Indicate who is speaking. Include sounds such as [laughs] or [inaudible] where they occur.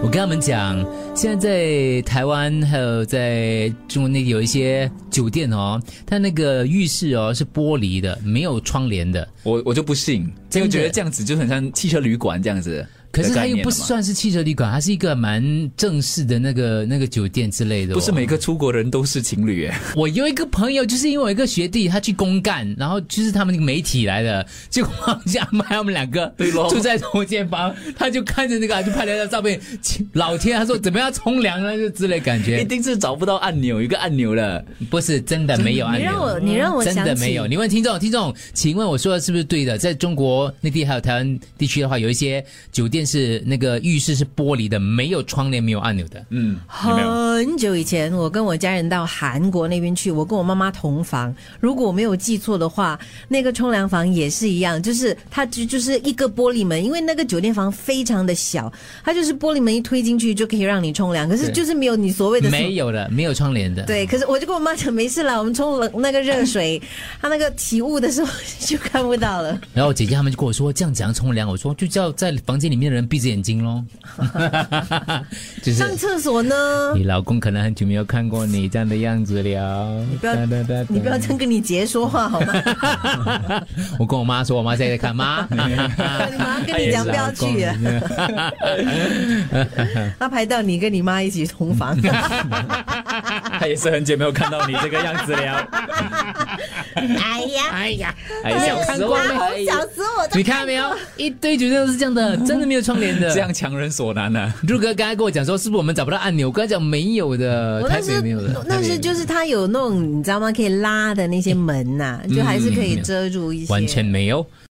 Speaker 1: 我跟他们讲，现在在台湾还有在中国那有一些酒店哦，它那个浴室哦是玻璃的，没有窗帘的。
Speaker 2: 我我就不信，
Speaker 1: 真
Speaker 2: 就
Speaker 1: 的
Speaker 2: 觉得这样子就很像汽车旅馆这样子。
Speaker 1: 可是它又不
Speaker 2: 算。
Speaker 1: 算是汽车旅馆，它是一个蛮正式的那个那个酒店之类的、哦
Speaker 2: 不是。每个出国人都是情侣哎，
Speaker 1: 我有一个朋友，就是因为我一个学弟，他去公干，然后就是他们那个媒体来的，结果好像安排我们两个
Speaker 2: 对咯
Speaker 1: 住在同一间房，他就看着那个，就拍了张照片。老天，他说怎么样冲凉啊呢？就之类感
Speaker 2: [laughs] 一
Speaker 1: 觉，
Speaker 2: 定是找不到按钮，有一个按钮了。
Speaker 1: 不是真的没有按
Speaker 3: 你
Speaker 1: 钮。
Speaker 3: 让我你让我
Speaker 1: 真
Speaker 3: 想
Speaker 1: 的
Speaker 3: 起
Speaker 1: 没有。你问听众，听众，请问我说的是不是对的？在中国内地还有台湾地区的话，有一些酒店是那个浴室是玻璃的，没有窗帘，没有按钮的。
Speaker 2: 嗯，有没有？
Speaker 3: 很久以前，我跟我家人到韩国那边去，我跟我妈妈同房。如果我没有记错的话，那个冲凉房也是一样，就是它就就是一个玻璃门，因为那个酒店房非常的小，它就是玻璃门一推进去就可以让你冲凉，可是
Speaker 1: 对
Speaker 3: 就是没有你所谓的什么
Speaker 1: 没有的，没有窗帘的。，
Speaker 3: [laughs] 对，可是我就跟我妈讲没事啦，我们冲冷那个热水，它那个起雾的时候 [laughs] 就看不到了。
Speaker 1: 然后我姐姐他们就跟我说，这样怎样冲凉？我说就叫在房间里面的人闭着眼睛喽，就是
Speaker 3: 上厕所 [laughs] 呢，
Speaker 1: 你老公可能很久没有看过你这样的样子了。你
Speaker 3: 不要你不要这样跟你姐说话好吗？
Speaker 1: 我跟我妈说，我妈现在在看妈， [laughs]
Speaker 3: 啊你妈跟你讲不要
Speaker 1: 哎
Speaker 3: 去啊， [laughs] 她排到你跟你妈一起同房。
Speaker 2: [laughs] 他也是很久没有看到你这个样 [laughs] 子了。
Speaker 3: 哎呀，
Speaker 1: 哎呀，哎，小时候
Speaker 3: 我
Speaker 1: 呢
Speaker 3: 好小时候我都
Speaker 1: 你看到没有，一堆酒店都是这样的，真的没有窗帘的。
Speaker 2: [laughs] 这样强人所难啊！
Speaker 1: 陆哥刚才跟我讲说，是不是我们找不到按钮？我跟他讲没有的，
Speaker 3: 我
Speaker 1: 台
Speaker 3: 那
Speaker 1: 北
Speaker 3: 时
Speaker 1: 没有的。
Speaker 3: 那
Speaker 1: 台
Speaker 3: 时
Speaker 1: 北
Speaker 3: 就是它有那种你知道吗？可以拉的那些门呐、就还是可以遮住一些。
Speaker 1: 完全没有。